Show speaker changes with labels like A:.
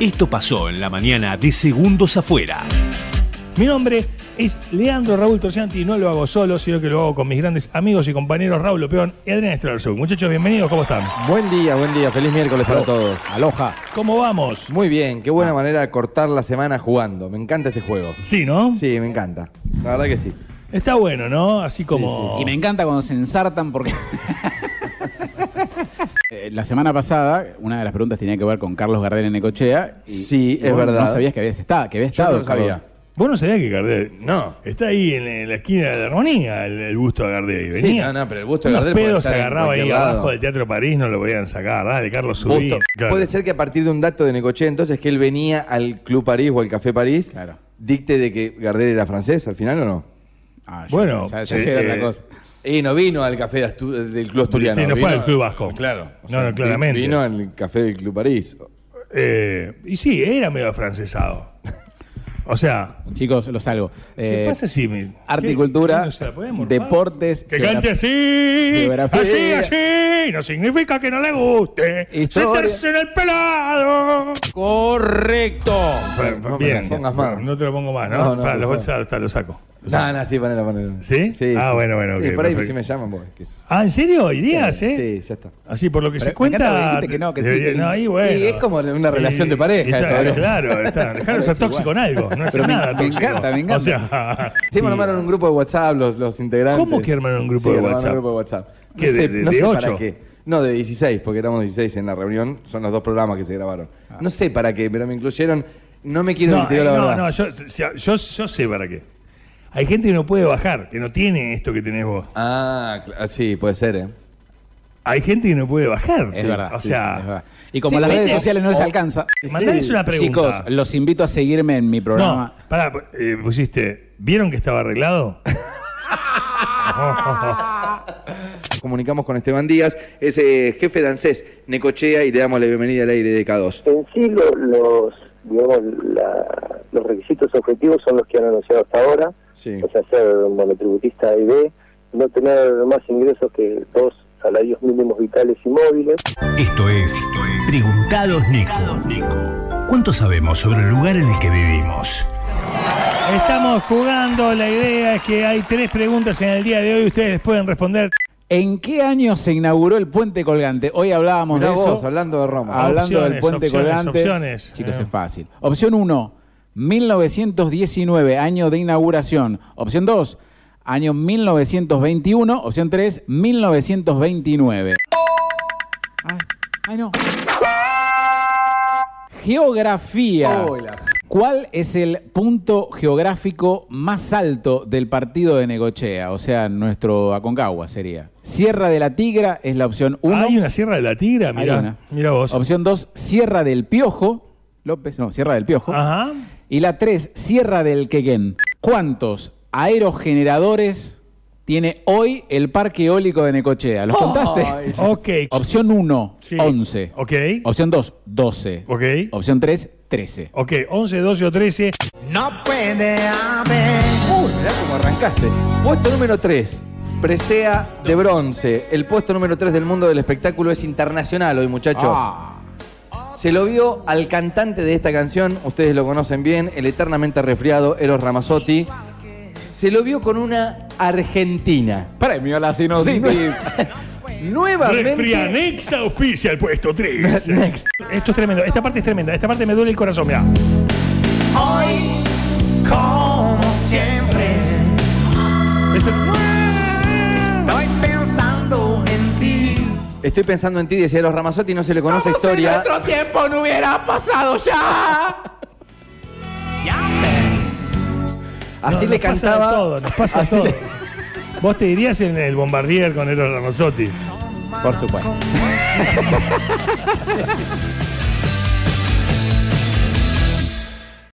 A: Esto pasó en la mañana de Segundos Afuera.
B: Mi nombre es Leandro Raúl Torcianti y no lo hago solo, sino que lo hago con mis grandes amigos y compañeros Raúl Opeón y Adrián Estradarzú. Muchachos, bienvenidos, ¿cómo están?
C: Buen día, buen día, feliz miércoles para todos.
D: Aloja.
B: ¿Cómo vamos?
C: Muy bien, qué
B: Ah.
C: buena manera de cortar la semana jugando. Me encanta este juego.
B: Sí, ¿no?
C: Sí, me encanta. La verdad que sí.
B: Está bueno, ¿no? Así como...
D: Y me encanta cuando se ensartan porque... Eh, La semana pasada, una de las preguntas tenía que ver con Carlos Gardel en Necochea. y-
C: Sí,
D: y
C: es
D: vos
C: verdad.
D: No sabías que habías estado, que había
C: Yo
D: estado.
C: no lo sabía.
B: Vos no sabías que Gardel...
C: No.
B: Está ahí en, en la esquina de la armonía el, el busto de Gardel. Venía.
C: no, no, pero el busto de
B: Unos
C: Gardel puede
B: pedos se
C: estar en
B: agarraba ahí
C: cualquier lado.
B: abajo del Teatro París, no lo podían sacar. Dale, Carlos, subí.
C: Busto.
B: Claro.
C: Puede ser que a partir de un dato de Necochea, entonces, que él venía al Club París o al Café París,
D: Claro.
C: dicte de que Gardel era francés al final o no.
D: Ah, yo
B: Bueno,
D: pensaba- ya
B: eh,
D: sé, era
B: eh,
D: otra cosa.
C: Y no vino al Café de Astu- del Club Asturiano.
B: Sí, no fue
C: vino-
B: al Club Vasco.
C: Claro.
B: No, no, claramente.
C: Vino al Café del Club París.
B: Eh, y sí, era medio afrancesado. O sea,
D: Chicos, lo salvo.
B: ¿Qué
D: Eh,
B: pasa si me-
D: arte y
B: qué-
D: cultura,
B: qué no se la podemos morfar?
D: deportes,
B: Que cante
D: geografía-
B: así,
D: geografía.
B: así, así. No significa que no le guste.
D: Historia.
B: Sentarse en el pelado.
C: ¡Correcto!
B: Bien,
C: No me la pongas más.
B: No te lo pongo más, ¿no?
C: No, no,
B: Pará,
C: por
B: lo,
C: favor.
B: está- está, lo saco. Lo saco.
C: No, no, sí, ponelo, ponelo.
B: ¿Sí?
C: Sí.
B: Ah,
C: sí.
B: bueno, bueno,
C: Sí,
B: ok,
C: por ahí
B: perfecto.
C: si me llaman, vos. que-
B: Ah, ¿en serio? ¿Irías, eh?
C: Sí, ya está.
B: Así, por lo que
D: Pero
B: se
D: me encanta
B: cuenta.
D: lo que dijiste que no, que sí,
B: debería-
D: que-
B: no, ahí, bueno.
C: Y es como una relación de pareja
B: y está-
C: esto, ¿no?
B: Claro, está, dejaros a
C: Parece
B: tóxico con
C: igual.
B: algo. No es
D: Pero me-
B: nada
D: me
B: tóxico.
D: encanta, me encanta.
B: O sea,
C: Sí, me armaron un grupo de WhatsApp los, los integrantes.
B: ah, ¿Cómo que armaron un grupo
C: Sí,
B: de
C: armaron
B: WhatsApp?
C: un grupo de WhatsApp. No
B: ¿Qué, de-
C: sé-
B: de-
C: no
B: de
C: sé
B: ocho?
C: para qué. No, de 16, porque éramos 16 en la reunión. Son los dos programas que se grabaron. No sé para qué, pero me incluyeron. No me quiero
B: Ah. No,
C: mentir,
B: eh,
C: la
B: no,
C: verdad.
B: no, yo, yo- yo- yo sé para qué. Hay gente que no puede bajar, que no tiene esto que tenés vos.
C: Ah, cl- ah, sí, puede ser, ¿eh?
B: Hay gente que no puede bajar.
D: Es
B: Sí.
D: verdad.
B: O
D: sí, sí, es
B: sea,
D: verdad. Y como
B: Sí,
D: las
B: ¿viste?
D: redes sociales no les
B: O-
D: alcanza.
B: mandales una pregunta.
D: Chicos, los invito a seguirme en mi
B: no,
D: programa.
B: pará, eh, pusiste, ¿vieron que estaba arreglado?
C: Nos comunicamos con Esteban Díaz, es eh, jefe de ANSES Necochea, y le damos la bienvenida al aire de K2.
E: En sí, lo- los, digamos, la- los requisitos objetivos son los que han anunciado hasta ahora,
C: Sí.
E: o sea, ser monotributista A y B, no tener más ingresos que dos salarios mínimos vitales y móviles.
A: Esto es, Preguntados Nico. ¿Cuánto sabemos sobre el lugar en el que vivimos?
B: Estamos jugando, la idea es que hay tres preguntas en el día de hoy, ustedes pueden responder.
D: ¿En qué año se inauguró el puente colgante? Hoy hablábamos
C: Mirá
D: de eso.
C: vos, hablando de Roma.
B: Ah,
D: Hablando
B: Opciones,
D: del puente
B: opciones,
D: colgante.
B: opciones.
D: Chicos,
B: Eh.
D: es fácil. Opción 1, 1919, año de inauguración. Opción 2, año 1921. Opción 3, 1929. Ay, ay, no. Geografía.
C: Hola.
D: ¿Cuál es el punto geográfico más alto del partido de Negochea? O sea, nuestro Aconcagua sería. Sierra de la Tigra es la opción 1.
B: Hay una Sierra de la Tigra,
D: Hay
B: mira,
D: una.
B: mira vos.
D: Opción 2, Sierra del Piojo. López, no, Sierra del Piojo.
B: Ajá.
D: Y la 3, Sierra del Quequén. ¿Cuántos aerogeneradores tiene hoy el parque eólico de Necochea? ¿Los contaste?
B: Ok.
D: Opción 1,
B: Sí.
D: 11.
B: Ok.
D: Opción 2, 12.
B: Ok.
D: Opción 3, 13.
B: Ok, 11, 12 o 13.
C: Uy, mirá cómo arrancaste. Puesto número 3. Presea de bronce. El puesto número 3 del mundo del espectáculo es internacional hoy, muchachos.
D: Ah,
C: Se lo vio al cantante de esta canción, ustedes lo conocen bien, el eternamente resfriado Eros Ramazzotti. Se lo vio con una argentina.
D: premio a la
C: Nuevamente.
B: Refrianex auspicia el puesto 3.
C: Next.
B: Esto es tremendo, esta parte es tremenda, esta parte me duele el corazón, mira.
F: Hoy, como siempre, estoy pensando en ti.
C: Estoy pensando en ti, decía Eros Ramazzotti, Ah, no se le conoce historia.
D: tiempo no hubiera pasado ya.
F: Ya ves,
B: No,
C: Así
B: nos pasa
C: le
B: de
C: cantaba.
B: todo, nos pasa de
C: así
B: todo.
C: le-
B: Vos te dirías en el Bombardier con Eros Ramazzotti.
D: Por supuesto.